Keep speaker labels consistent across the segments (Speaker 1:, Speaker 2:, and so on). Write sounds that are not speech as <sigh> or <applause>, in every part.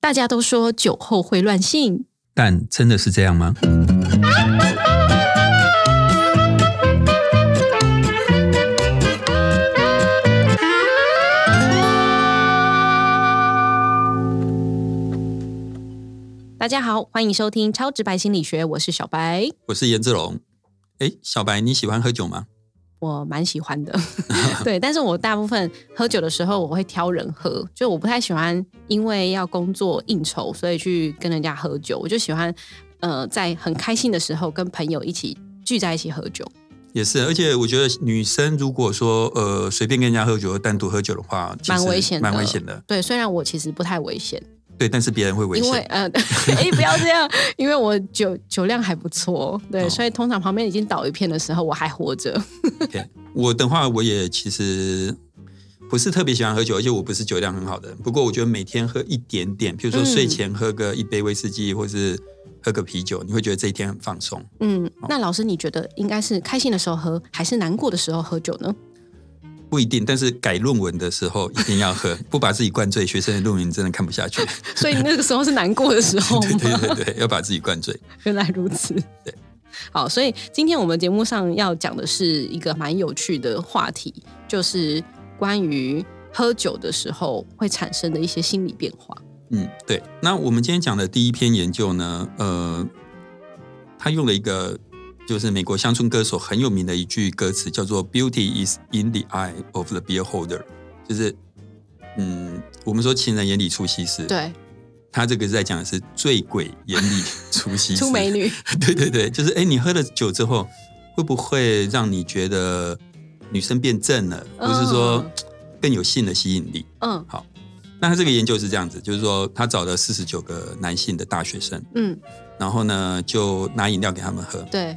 Speaker 1: 大家都说酒后会乱性，
Speaker 2: 但真的是这样吗？
Speaker 1: 大家好，欢迎收听《超直白心理学》，我是小白，
Speaker 2: 我是颜志龙。哎，小白，你喜欢喝酒吗？
Speaker 1: 我蛮喜
Speaker 2: <laughs>
Speaker 1: 欢的。对，但是我大部分喝酒的时候，我会挑人喝，就我不太喜欢因为要工作应酬，所以去跟人家喝酒。我就喜欢，呃，在很开心的时候跟朋友一起聚在一起喝酒。
Speaker 2: 也是，而且我觉得女生如果说呃随便跟人家喝酒、单独喝酒的话，其实
Speaker 1: 蛮危险的
Speaker 2: 蛮危险的。
Speaker 1: 对，虽然我其实不太危险，
Speaker 2: 对，但是别人会危
Speaker 1: 因为
Speaker 2: 险。
Speaker 1: 呃， <laughs> 哎、不要这样，因为我酒酒量还不错，对，
Speaker 2: 哦
Speaker 1: 所以通常旁边已经倒一片的时候，我还活着。
Speaker 2: OK，我的话我也其实不是特别喜欢喝酒，而且我不是酒量很好的人。不过我觉得每天喝一点点，譬如说
Speaker 1: 嗯
Speaker 2: 睡前喝个一杯威士忌，或是喝个啤酒，你会觉得这一天很放松。
Speaker 1: 嗯，
Speaker 2: 哦
Speaker 1: 那老师你觉得应该是开心的时候喝，还是难过的时候喝酒呢？ <laughs>
Speaker 2: 不一定，但是改论文的时候一定要喝， <laughs> 不把自己灌醉，学生的论文真的看不下去。
Speaker 1: 所以那个时候是难过的时候吗？
Speaker 2: <laughs>
Speaker 1: <laughs>
Speaker 2: 对对对对，要把自己灌醉。
Speaker 1: 原来如此。
Speaker 2: 对，
Speaker 1: 好，所以今天我们节目上要讲的是一个蛮有趣的话题，就是关于喝酒的时候会产生的一些心理变化。
Speaker 2: 嗯，对。那我们今天讲的第一篇研究呢，呃，他用了一个就是美国乡村歌手很有名的一句歌词，叫做 “Beauty is in the eye of the beer holder”，就是嗯，我们说情人眼里出西施，
Speaker 1: 对，
Speaker 2: 他这个是在讲的是醉鬼眼里出西施，
Speaker 1: <laughs> 出美。
Speaker 2: <laughs>
Speaker 1: 女，
Speaker 2: 对对对，就是哎，诶你喝了酒之后，会不会让你觉得女生变正了，或是说
Speaker 1: 嗯
Speaker 2: 更有性的吸引力？
Speaker 1: 嗯
Speaker 2: 那他这个研究是这样子，就是说他找了四十九个男性的大学生，
Speaker 1: 嗯，
Speaker 2: 然后呢就拿饮料给他们喝。
Speaker 1: 对，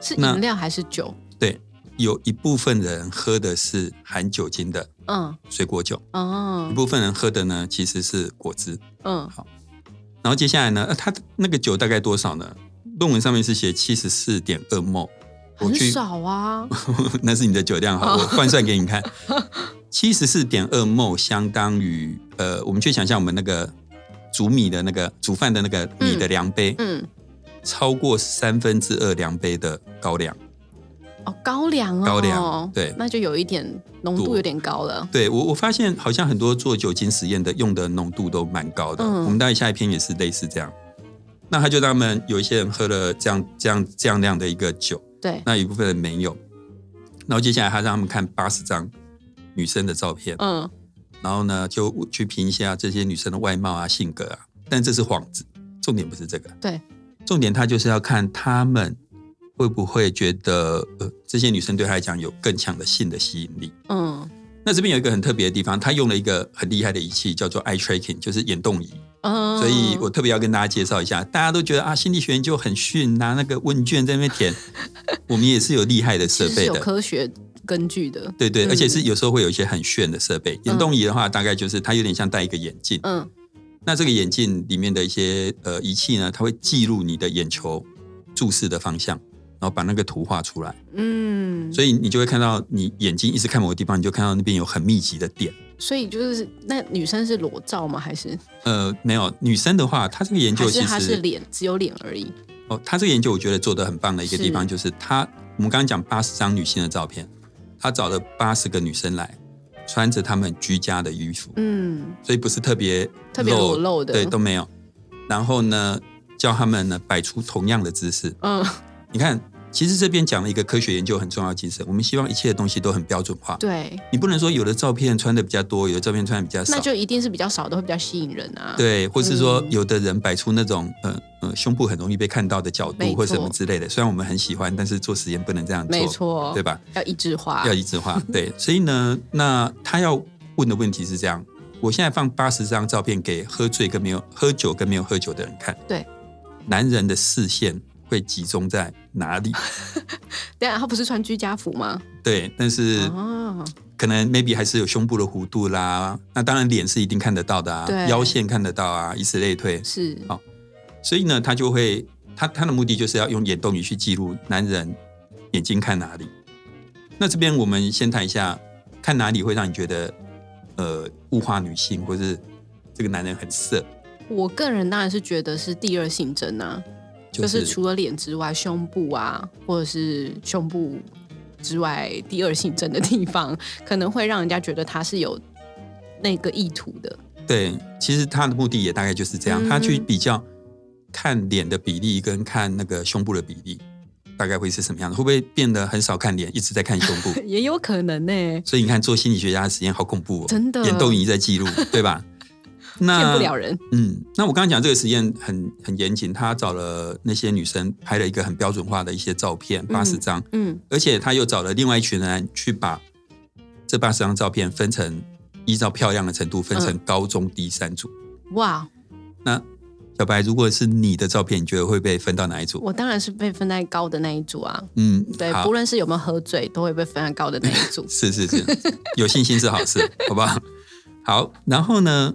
Speaker 1: 是
Speaker 2: 那
Speaker 1: 饮料还是酒？
Speaker 2: 对，有一部分人喝的是含酒精的
Speaker 1: 嗯
Speaker 2: 水果酒，一
Speaker 1: 哦
Speaker 2: 部分人喝的呢其实是果汁。
Speaker 1: 嗯
Speaker 2: 然后接下来呢，呃、他那个酒大概多少呢？论文上面是写七十四点二 m 我
Speaker 1: 很
Speaker 2: 去，
Speaker 1: 少啊，
Speaker 2: <laughs> 那是你的酒量好，
Speaker 1: 哦
Speaker 2: 我换算给你看，七十四点二 m 相当于呃，我们去想象我们那个煮米的那个煮饭的那个米的量杯，
Speaker 1: 嗯
Speaker 2: 超过三分之二量杯的高粱。
Speaker 1: 哦，高粱哦，
Speaker 2: 高粱对
Speaker 1: 那就有一点浓度
Speaker 2: 多
Speaker 1: 有点高了，
Speaker 2: 对我，我发现好像很多做酒精实验的用的浓度都蛮高的。
Speaker 1: 嗯
Speaker 2: 我们大概下一篇也是类似这样。那他就让他们有一些人喝了这样这样这样量的一个酒，
Speaker 1: 对，
Speaker 2: 那有一部分人没有。然后接下来他让他们看八十张女生的照片，
Speaker 1: 嗯
Speaker 2: 然后呢就去评一下这些女生的外貌啊、性格啊。但这是幌子，重点不是这个。
Speaker 1: 对，
Speaker 2: 重点他就是要看他们会不会觉得，呃，这些女生对他来讲有更强的性的吸引力。
Speaker 1: 嗯
Speaker 2: 那这边有一个很特别的地方，他用了一个很厉害的仪器，叫做 eye tracking，就是眼动仪。
Speaker 1: 嗯，
Speaker 2: 所以我特别要跟大家介绍一下，大家都觉得啊，心理学研究很逊，啊拿那个问卷在那边
Speaker 1: <laughs>
Speaker 2: 填，我们也是有厉害的设
Speaker 1: 其实
Speaker 2: 备
Speaker 1: 是有
Speaker 2: 的。
Speaker 1: 科学根据的，
Speaker 2: 对对，
Speaker 1: 嗯
Speaker 2: 而且是有时候会有一些很炫的设备。眼动仪的话，大概就是它有点像戴一个眼镜，
Speaker 1: 嗯
Speaker 2: 那这个眼镜里面的一些呃仪器呢，它会记录你的眼球注视的方向，然后把那个图画出来，
Speaker 1: 嗯，
Speaker 2: 所以你就会看到你眼睛一直看某个地方，你就看到那边有很密集的点。
Speaker 1: 所以就是那女生是裸照吗？还是
Speaker 2: 呃，没有女生的话，她这个研
Speaker 1: 还
Speaker 2: 究
Speaker 1: 是
Speaker 2: 其
Speaker 1: 哦她是
Speaker 2: 实
Speaker 1: 脸只有脸而已？
Speaker 2: 哦，她这个研究我觉得做的很棒的一个地方
Speaker 1: 是
Speaker 2: 就是她，我们刚刚讲八十张女性的照片，她找了八十个女生来，穿着她们居家的衣服，
Speaker 1: 嗯，
Speaker 2: 所以不是特别
Speaker 1: 特别裸露的，
Speaker 2: 对，都没有。然后呢，叫她们呢摆出同样的姿势。 <laughs>
Speaker 1: 嗯，
Speaker 2: 你看，其实这边讲了一个科学研究很重要的精神，我们希望一切的东西都很标准化。
Speaker 1: 对，
Speaker 2: 你不能说有的照片穿的比较多，有的照片穿的比较少
Speaker 1: 那，就一定是比较少的会比较吸引人啊。，
Speaker 2: 对，或是说
Speaker 1: 嗯
Speaker 2: 有的人摆出那种呃呃胸部很容易被看到的角
Speaker 1: 没
Speaker 2: 度
Speaker 1: 错
Speaker 2: 或什么之类的，虽然我们很喜欢，但是做实验不能这样做，
Speaker 1: 没错，
Speaker 2: 对吧？
Speaker 1: 要一致化
Speaker 2: 要，一致化，
Speaker 1: <laughs>
Speaker 2: 对。所以呢，那他要问的问题是这样：我现在放八十张照片给喝醉跟没有喝酒跟没有喝酒的人看，
Speaker 1: 对，
Speaker 2: 男人的视线会集中在哪
Speaker 1: <laughs>
Speaker 2: 里？
Speaker 1: 对啊，她不是穿居家服吗？
Speaker 2: 对，但是
Speaker 1: 啊，
Speaker 2: 可能 maybe 还是有胸部的弧度啦。那当然脸是一定看得到的啊
Speaker 1: 对，
Speaker 2: 腰线看得到啊，以此类推。
Speaker 1: 是，
Speaker 2: 好所以呢，他就会他他的目的就是要用眼动仪去记录男人眼睛看哪里。那这边我们先谈一下，看哪里会让你觉得呃物化女性，或是这个男人很色。
Speaker 1: 我个人当然是觉得是第二性征啊，
Speaker 2: 就
Speaker 1: 就是除了脸之外，胸部啊，或者是胸部之外第二性征的地方，可能会让人家觉得他是有那个意图的。 <laughs>
Speaker 2: 对，其实他的目的也大概就是这样，
Speaker 1: 嗯
Speaker 2: 他去比较看脸的比例跟看那个胸部的比例，大概会是什么样的？会不会变得很少看脸，一直在看胸部？
Speaker 1: 也有可能呢、
Speaker 2: 所以你看，做心理学家的实验好恐怖哦，
Speaker 1: 真的
Speaker 2: 眼动仪在记
Speaker 1: <laughs>
Speaker 2: 录，对吧？
Speaker 1: 骗
Speaker 2: 那
Speaker 1: 不了人。
Speaker 2: 嗯，那我刚刚讲这个实验很很严谨，他找了那些女生拍了一个很标准化的一些照片，八十张，
Speaker 1: 嗯
Speaker 2: 而且他又找了另外一群人去把这八十张照片分成依照漂亮的程度分
Speaker 1: 嗯
Speaker 2: 成高中低三组。
Speaker 1: 哇，
Speaker 2: 那小白，如果是你的照片，你觉得会被分到哪一组？
Speaker 1: 我当然是被分在高的那一组啊。
Speaker 2: 嗯，
Speaker 1: 对，
Speaker 2: 好。
Speaker 1: 不，论是有没有喝醉，都会被分在高的那一组
Speaker 2: <laughs> 是是是，有信心是好事，好不好？好，然后呢，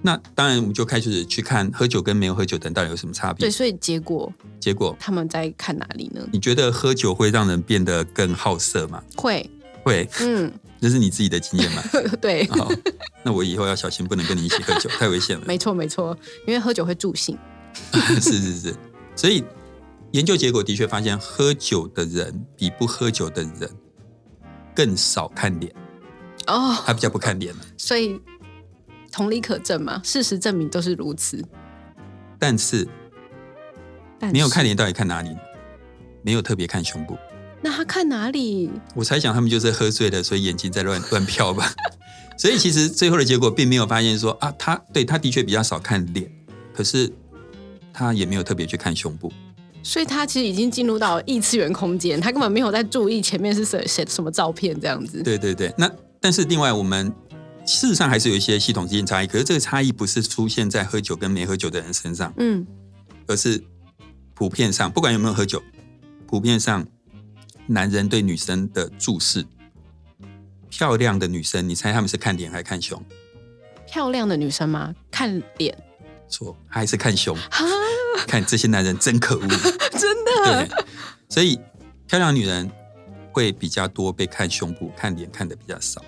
Speaker 2: 那当然我们就开始去看喝酒跟没有喝酒的人到底有什么差别
Speaker 1: 对，。所以结果
Speaker 2: 结果
Speaker 1: 他们在看哪里呢？
Speaker 2: 你觉得喝酒会让人变得更好色吗？
Speaker 1: 会，
Speaker 2: 会，
Speaker 1: 嗯， <laughs>
Speaker 2: 这是你自己的经验吗？
Speaker 1: 对，
Speaker 2: 好，那我以后要小心，不能跟你一起喝酒，太危险了。
Speaker 1: 没错没错，因为喝酒会助兴。
Speaker 2: <laughs> 是是是，所以研究结果的确发现，喝酒的人比不喝酒的人更少看脸，
Speaker 1: 哦，
Speaker 2: 他比较不看脸了。
Speaker 1: 所以同理可证嘛，事实证明都是如此。
Speaker 2: 但是
Speaker 1: 但是
Speaker 2: 没有看，脸到底看哪里呢？没有特别看胸部，
Speaker 1: 那他看哪里？
Speaker 2: 我猜想他们就是喝醉了，所以眼睛在乱乱飘吧。所以其实最后的结果并没有发现说啊，他对他的确比较少看脸，可是他也没有特别去看胸部。
Speaker 1: 所以他其实已经进入到异次元空间，他根本没有在注意前面是谁谁什么照片这样子。
Speaker 2: 对对对，那但是另外我们事实上还是有一些系统之间差异，可是这个差异不是出现在喝酒跟没喝酒的人身上，
Speaker 1: 嗯，
Speaker 2: 而是普遍上不管有没有喝酒，普遍上男人对女生的注视。漂亮的女生，你猜他们是看脸还是看胸？
Speaker 1: 漂亮的女生吗？看
Speaker 2: <laughs>
Speaker 1: 脸
Speaker 2: 错，还是看胸？
Speaker 1: 啊，
Speaker 2: 看这些男人真可
Speaker 1: <laughs>
Speaker 2: 恶。
Speaker 1: 真的，
Speaker 2: 对所以漂亮女人会比较多被看胸部、看脸看的比较少。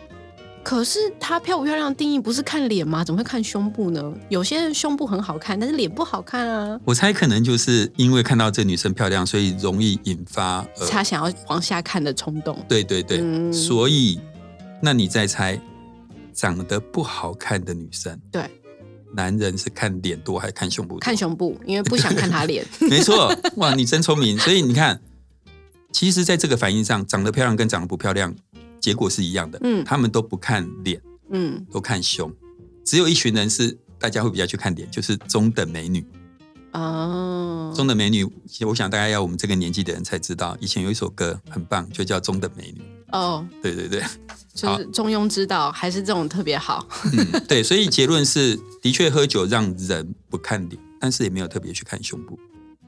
Speaker 1: 可是她漂不漂亮的定义不是看脸吗？怎么会看胸部呢？有些人胸部很好看，但是脸不好看啊，
Speaker 2: 我猜可能就是因为看到这女生漂亮，所以容易引发
Speaker 1: 她
Speaker 2: 呃，
Speaker 1: 想要往下看的冲动。
Speaker 2: 对对对，
Speaker 1: 嗯
Speaker 2: 所以那你再猜，长得不好看的女生，
Speaker 1: 对，
Speaker 2: 男人是看脸多还是看胸部多？
Speaker 1: 看胸 <laughs> 部，因为不想看她脸。
Speaker 2: <laughs>
Speaker 1: <laughs>
Speaker 2: 没错，哇，你真聪明。所以你看，其实在这个反应上，长得漂亮跟长得不漂亮，结果是一样的，
Speaker 1: 嗯
Speaker 2: 他们都不看脸，
Speaker 1: 嗯，
Speaker 2: 都看胸，只有一群人是大家会比较去看脸，就是中等美女。
Speaker 1: 哦，
Speaker 2: 中等美女，其实我想大概要我们这个年纪的人才知道，以前有一首歌很棒，就叫《中等美女》。
Speaker 1: 哦，
Speaker 2: 对
Speaker 1: <laughs>
Speaker 2: 对对，
Speaker 1: 就
Speaker 2: 好
Speaker 1: 是中庸之道，还是这种特别好。
Speaker 2: 嗯，对，所以结论是，的确喝酒让人不看脸，但是也没有特别去看胸部，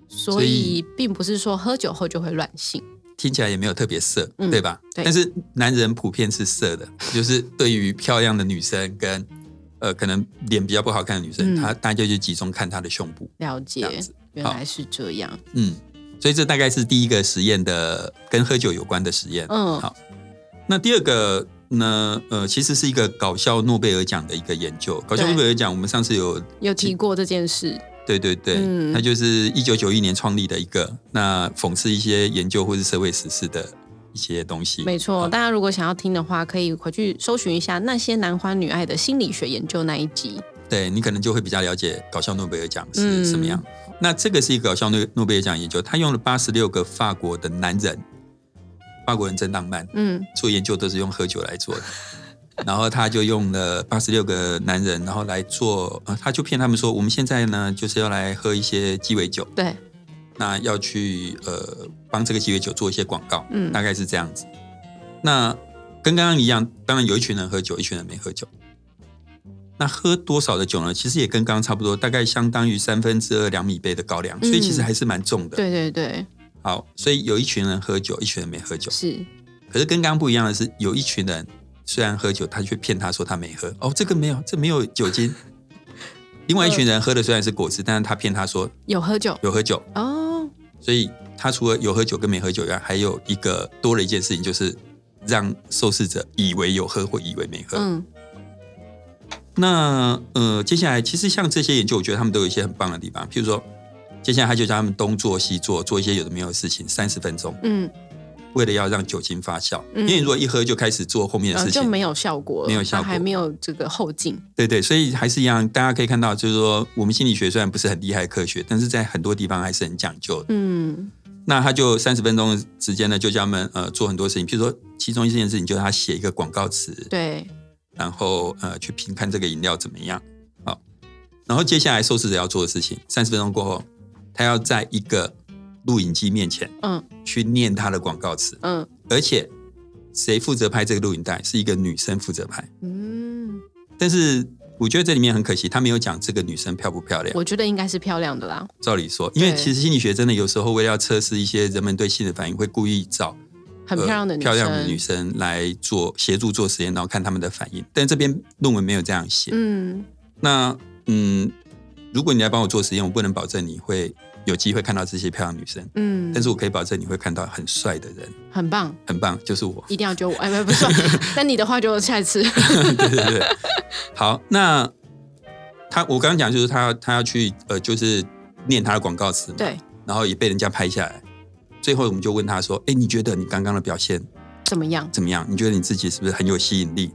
Speaker 1: 所以并不是说喝酒后就会乱性。
Speaker 2: 听起来也没有特别色，
Speaker 1: 嗯
Speaker 2: 对吧？
Speaker 1: 对
Speaker 2: 但是男人普遍是色的，就是对于漂亮的女生跟呃可能脸比较不好看的女
Speaker 1: 嗯
Speaker 2: 生，他大家就集中看她的胸部，
Speaker 1: 了解
Speaker 2: 这样子，
Speaker 1: 原来是这样。
Speaker 2: 嗯，所以这大概是第一个实验的跟喝酒有关的实验。
Speaker 1: 嗯
Speaker 2: 好，那第二个呢？呃，其实是一个搞笑诺贝尔奖的一个研究。搞笑
Speaker 1: 对
Speaker 2: 诺贝尔奖，我们上次有，
Speaker 1: 有提过这件事，
Speaker 2: 对对对，
Speaker 1: 嗯
Speaker 2: 它就是一九九一年创立的一个，那讽刺一些研究或是社会时事的一些东西。
Speaker 1: 没错。大家如果想要听的话，可以回去搜寻一下那些男欢女爱的心理学研究那一集。
Speaker 2: 对你可能就会比较了解搞笑诺贝尔奖
Speaker 1: 嗯
Speaker 2: 是什么样。那这个是一个搞笑诺诺贝尔奖研究，他用了八十六个法国的男人，法国人真浪漫，
Speaker 1: 嗯，
Speaker 2: 做研究都是用喝酒来做的。 <laughs> 然后他就用了八十六个男人，然后来做，呃，他就骗他们说，我们现在呢就是要来喝一些鸡尾酒，
Speaker 1: 对，
Speaker 2: 那要去呃帮这个鸡尾酒做一些广告，
Speaker 1: 嗯
Speaker 2: 大概是这样子。那跟刚刚一样，当然有一群人喝酒，一群人没喝酒。那喝多少的酒呢？其实也跟刚刚差不多，大概相当于三分之二两米杯的高粱，所以其实还是蛮重的。
Speaker 1: 对对对，
Speaker 2: 好，所以有一群人喝酒，一群人没喝酒。
Speaker 1: 是，
Speaker 2: 可是跟刚刚不一样的是，有一群人虽然喝酒，他却骗他说他没喝，哦，这个没有，这没有酒精。另外一群人喝的虽然是果汁，但是他骗他说
Speaker 1: 有喝酒
Speaker 2: 有喝酒，
Speaker 1: 哦，
Speaker 2: 所以他除了有喝酒跟没喝酒以外，还有一个多了一件事情，就是让受试者以为有喝或以为没喝。
Speaker 1: 嗯，
Speaker 2: 那呃，接下来其实像这些研究，我觉得他们都有一些很棒的地方，譬如说，接下来他就叫他们东做西做，做一些有的没有的事情，三十分钟，
Speaker 1: 嗯，
Speaker 2: 为了要让酒精发酵，
Speaker 1: 嗯
Speaker 2: 因为你如果一喝就开始做后面的
Speaker 1: 然后
Speaker 2: 事
Speaker 1: 呃就
Speaker 2: 情，
Speaker 1: 没有效果了，
Speaker 2: 没有效
Speaker 1: 它还
Speaker 2: 果
Speaker 1: 没有这个后劲，
Speaker 2: 对对，所以还是一样，大家可以看到，就是说我们心理学虽然不是很厉害的科学，但是在很多地方还是很讲究的。
Speaker 1: 嗯
Speaker 2: 那他就三十分钟的时间呢，就叫他们呃做很多事情，譬如说其中一件事情就是他写一个广告词，
Speaker 1: 对，
Speaker 2: 然后呃去评判这个饮料怎么样，好，然后接下来受试者要做的事情，三十分钟过后，他要在一个录影机面前
Speaker 1: 嗯
Speaker 2: 去念他的广告词，
Speaker 1: 嗯
Speaker 2: 而且谁负责拍这个录影带是一个女生负责拍，
Speaker 1: 嗯，
Speaker 2: 但是我觉得这里面很可惜，他没有讲这个女生漂不漂亮。
Speaker 1: 我觉得应该是漂亮的啦，
Speaker 2: 照理说，因为
Speaker 1: 对
Speaker 2: 其实心理学真的有时候为了要测试一些人们对性的反应，会故意找
Speaker 1: 很
Speaker 2: 呃
Speaker 1: 漂亮的女生，
Speaker 2: 漂亮的女生来做协助做实验，然后看他们的反应。但这边论文没有这样写。
Speaker 1: 嗯
Speaker 2: 那嗯，如果你来帮我做实验，我不能保证你会有机会看到这些漂亮女生，
Speaker 1: 嗯，
Speaker 2: 但是我可以保证你会看到很帅的人，
Speaker 1: 很棒，。
Speaker 2: 很棒，就是我 <laughs>
Speaker 1: 一定要揪 <laughs> 我，哎，不不是，但你的话就下一次， <laughs>
Speaker 2: 对对对，好，那他我刚刚讲就是他他要去呃，就是念他的广告词嘛，
Speaker 1: 对，
Speaker 2: 然后也被人家拍下来。最后我们就问他说：“哎，你觉得你刚刚的表现
Speaker 1: 怎么样？
Speaker 2: 怎么样？你觉得你自己是不是很有吸引力？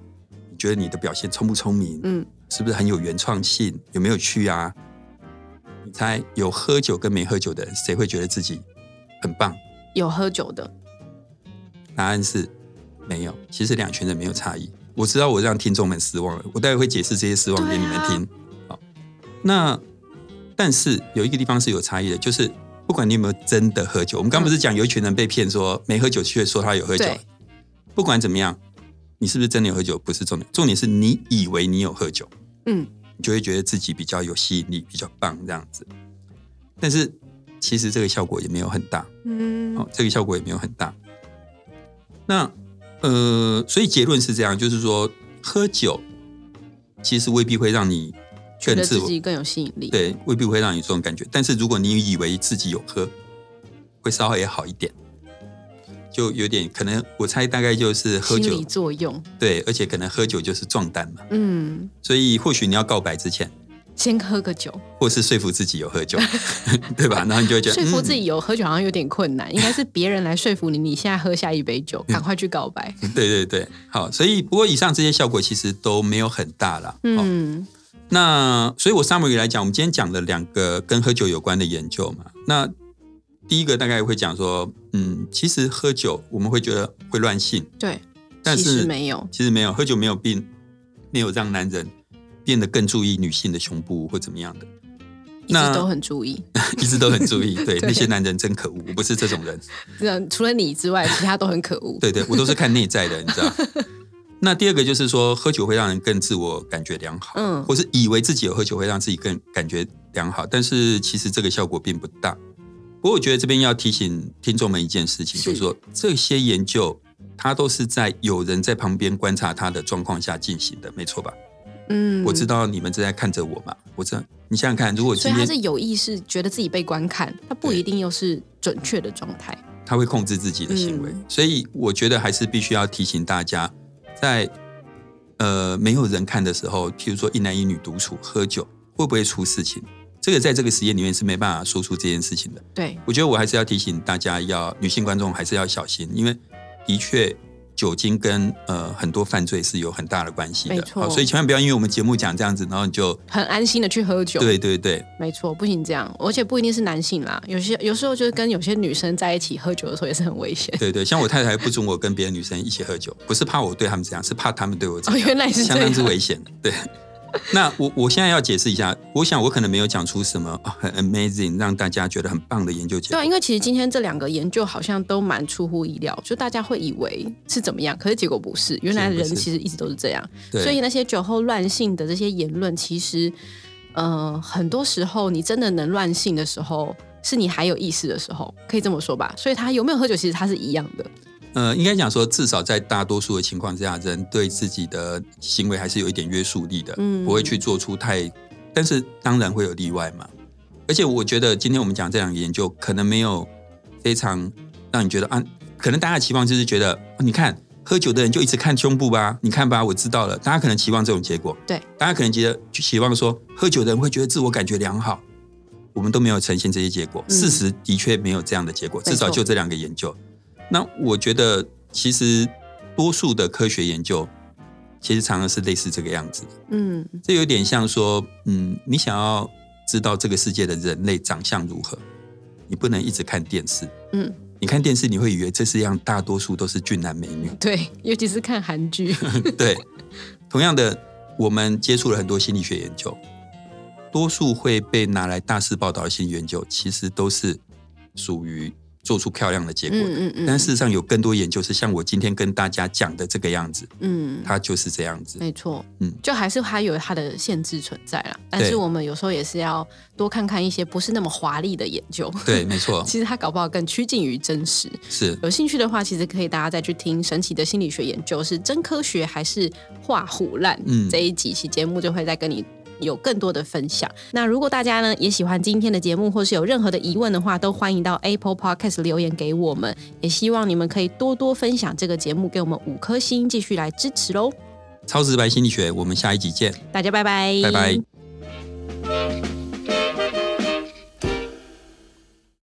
Speaker 2: 你觉得你的表现聪不聪明？
Speaker 1: 嗯，
Speaker 2: 是不是很有原创性？有没有趣啊？你猜有喝酒跟没喝酒的人，谁会觉得自己很棒？
Speaker 1: 有喝酒的，
Speaker 2: 答案是没有。其实两群人没有差异。我知道我让听众们失望了，我待会会解释这些失望给你们
Speaker 1: 啊
Speaker 2: 听。好，那但是有一个地方是有差异的，就是不管你有没有真的喝酒，我们刚不是讲有一群人被骗说没喝酒，却说他有喝酒
Speaker 1: 嗯对。
Speaker 2: 不管怎么样，你是不是真的有喝酒不是重点，重点是你以为你有喝酒。
Speaker 1: 嗯，
Speaker 2: 你就会觉得自己比较有吸引力，比较棒这样子。但是其实这个效果也没有很大，
Speaker 1: 嗯
Speaker 2: 哦，这个效果也没有很大。那呃，所以结论是这样，就是说喝酒其实未必会让你
Speaker 1: 觉
Speaker 2: 更
Speaker 1: 得
Speaker 2: 自
Speaker 1: 自
Speaker 2: 我，
Speaker 1: 己更有吸引力。
Speaker 2: 对，未必会让你这种感觉。但是如果你以为自己有喝，会稍微好一点，就有点可能，我猜大概就是喝
Speaker 1: 心
Speaker 2: 酒
Speaker 1: 理，作用，
Speaker 2: 对，而且可能喝酒就是壮胆嘛，
Speaker 1: 嗯，
Speaker 2: 所以或许你要告白之前。
Speaker 1: 先喝个酒，
Speaker 2: 或是说服自己有喝酒， <laughs> 对吧？然后你就会觉得
Speaker 1: 说服
Speaker 2: 嗯
Speaker 1: 自己有喝酒好像有点困难，应该是别人来说服你，你现在喝下一杯
Speaker 2: 嗯
Speaker 1: 酒，赶快去告白。
Speaker 2: 对对对，好。所以不过以上这些效果其实都没有很大啦。嗯，
Speaker 1: 嗯
Speaker 2: 那所以我 summary 来讲，我们今天讲了两个跟喝酒有关的研究嘛。那第一个大概会讲说，嗯，其实喝酒我们会觉得会乱性，
Speaker 1: 对，
Speaker 2: 但
Speaker 1: 其实
Speaker 2: 是
Speaker 1: 没有，
Speaker 2: 其实没有，喝酒没有病，没有让男人变得更注意女性的胸部或怎么样的。 <laughs>
Speaker 1: 一直都很注意，
Speaker 2: 一直都很注意，
Speaker 1: <laughs> 对
Speaker 2: 对那些男人真可恶，我不是这种人。
Speaker 1: 那除了你之
Speaker 2: <laughs>
Speaker 1: 外，其他都很可恶。
Speaker 2: 对对，我都是看内在的，你
Speaker 1: <laughs>
Speaker 2: 知道。那第二个就是说，喝酒会让人更自我感觉良好，
Speaker 1: 嗯
Speaker 2: 或是以为自己有喝酒会让自己更感觉良好，但是其实这个效果并不大。不过我觉得这边要提醒听众们一件事情，
Speaker 1: 是
Speaker 2: 就是说这些研究它都是在有人在旁边观察他的状况下进行的，没错吧？
Speaker 1: 嗯，
Speaker 2: 我知，道你们正在看着我嘛，我知道。你想想看，如果
Speaker 1: 所
Speaker 2: 今
Speaker 1: 以他
Speaker 2: 天
Speaker 1: 是有意识觉得自己被观看，他不
Speaker 2: 对
Speaker 1: 一定又是准确的状态。
Speaker 2: 他会控制自己的行为，
Speaker 1: 嗯
Speaker 2: 所以我觉得还是必须要提醒大家，在呃没有人看的时候，譬如说一男一女独处喝酒，会不会出事情？这个在这个实验里面是没办法说出这件事情的。
Speaker 1: 对，
Speaker 2: 我觉得我还是要提醒大家要，女性观众还是要小心，因为的确酒精跟呃很多犯罪是有很大的关系
Speaker 1: 没
Speaker 2: 的。
Speaker 1: 错
Speaker 2: 好所以千万不要因为我们节目讲这样子，然后你就
Speaker 1: 很安心的去喝酒。
Speaker 2: 对对对，
Speaker 1: 没错，不行这样，而且不一定是男性啦，有些有时候就是跟有些女生在一起喝酒的时候也是很危
Speaker 2: <laughs>
Speaker 1: 险。
Speaker 2: 对对，像我太太不准我跟别的女生一起喝酒，不是怕我对他们怎样，是怕他们对我怎
Speaker 1: 哦，
Speaker 2: 样。
Speaker 1: 原来是
Speaker 2: <laughs> 相
Speaker 1: 这
Speaker 2: 当之
Speaker 1: 样，
Speaker 2: 危险。对， <laughs> 那我我现在要解释一下，我想我可能没有讲出什么啊很 amazing 让大家觉得很棒的研究结
Speaker 1: 对
Speaker 2: 果
Speaker 1: 啊，。因为其实今天这两个研究好像都蛮出乎意料，就大家会以为是怎么样，可是结果不是，原来
Speaker 2: 结果
Speaker 1: 人
Speaker 2: 不是
Speaker 1: 其实一直都是这样，
Speaker 2: 对，
Speaker 1: 所以那些酒后乱性的这些言论，其实呃，很多时候你真的能乱性的时候。是你还有意识的时候，可以这么说吧。所以他有没有喝酒，其实他是一样的。
Speaker 2: 呃，应该讲说，至少在大多数的情况之下，人对自己的行为还是有一点约束力的，
Speaker 1: 嗯
Speaker 2: 不会去做出太，但是当然会有例外嘛。而且我觉得今天我们讲这两个研究，可能没有非常让你觉得啊，可能大家的期望就是觉得，哦你看喝酒的人就一直看胸部吧，你看吧，我知道了。大家可能期望这种结果，
Speaker 1: 对，
Speaker 2: 大家可能觉得期望说，喝酒的人会觉得自我感觉良好，我们都没有呈现这些结果。
Speaker 1: 嗯
Speaker 2: 事实的确没有这样的结果，
Speaker 1: 没
Speaker 2: 至少
Speaker 1: 错
Speaker 2: 就这两个研究。那我觉得，其实多数的科学研究，其实常常是类似这个样子的。
Speaker 1: 嗯
Speaker 2: 这有点像说，嗯，你想要知道这个世界的人类长相如何，你不能一直看电视。
Speaker 1: 嗯，
Speaker 2: 你看电视，你会以为这世界上大多数都是俊男美女，
Speaker 1: 对，尤其是看韩剧，
Speaker 2: 对。同样的，我们接触了很多心理学研究，多数会被拿来大肆报道的心理研究，其实都是属于做出漂亮的结果的。
Speaker 1: 嗯嗯嗯，
Speaker 2: 但事实上，有更多研究是像我今天跟大家讲的这个样子，
Speaker 1: 嗯，
Speaker 2: 它就是这样子。
Speaker 1: 没错，
Speaker 2: 嗯
Speaker 1: 就还是它有它的限制存在啦。但
Speaker 2: 对
Speaker 1: 是我们有时候也是要多看看一些不是那么华丽的研究，
Speaker 2: 对，没错，
Speaker 1: <laughs> 其实它搞不好更趋近于真实。
Speaker 2: 是
Speaker 1: 有兴趣的话，其实可以大家再去听《神奇的心理学研究》是真科学还是画虎烂？
Speaker 2: 嗯
Speaker 1: 这一几期节目就会再跟你。有更多的分享。那如果大家呢也喜欢今天的节目，或是有任何的疑问的话，都欢迎到 Apple Podcast 留言给我们。也希望你们可以多多分享这个节目，给我们五颗星，继续来支持喽。
Speaker 2: 超直白心理学。我们下一集见。
Speaker 1: 大家拜拜，
Speaker 2: 拜拜。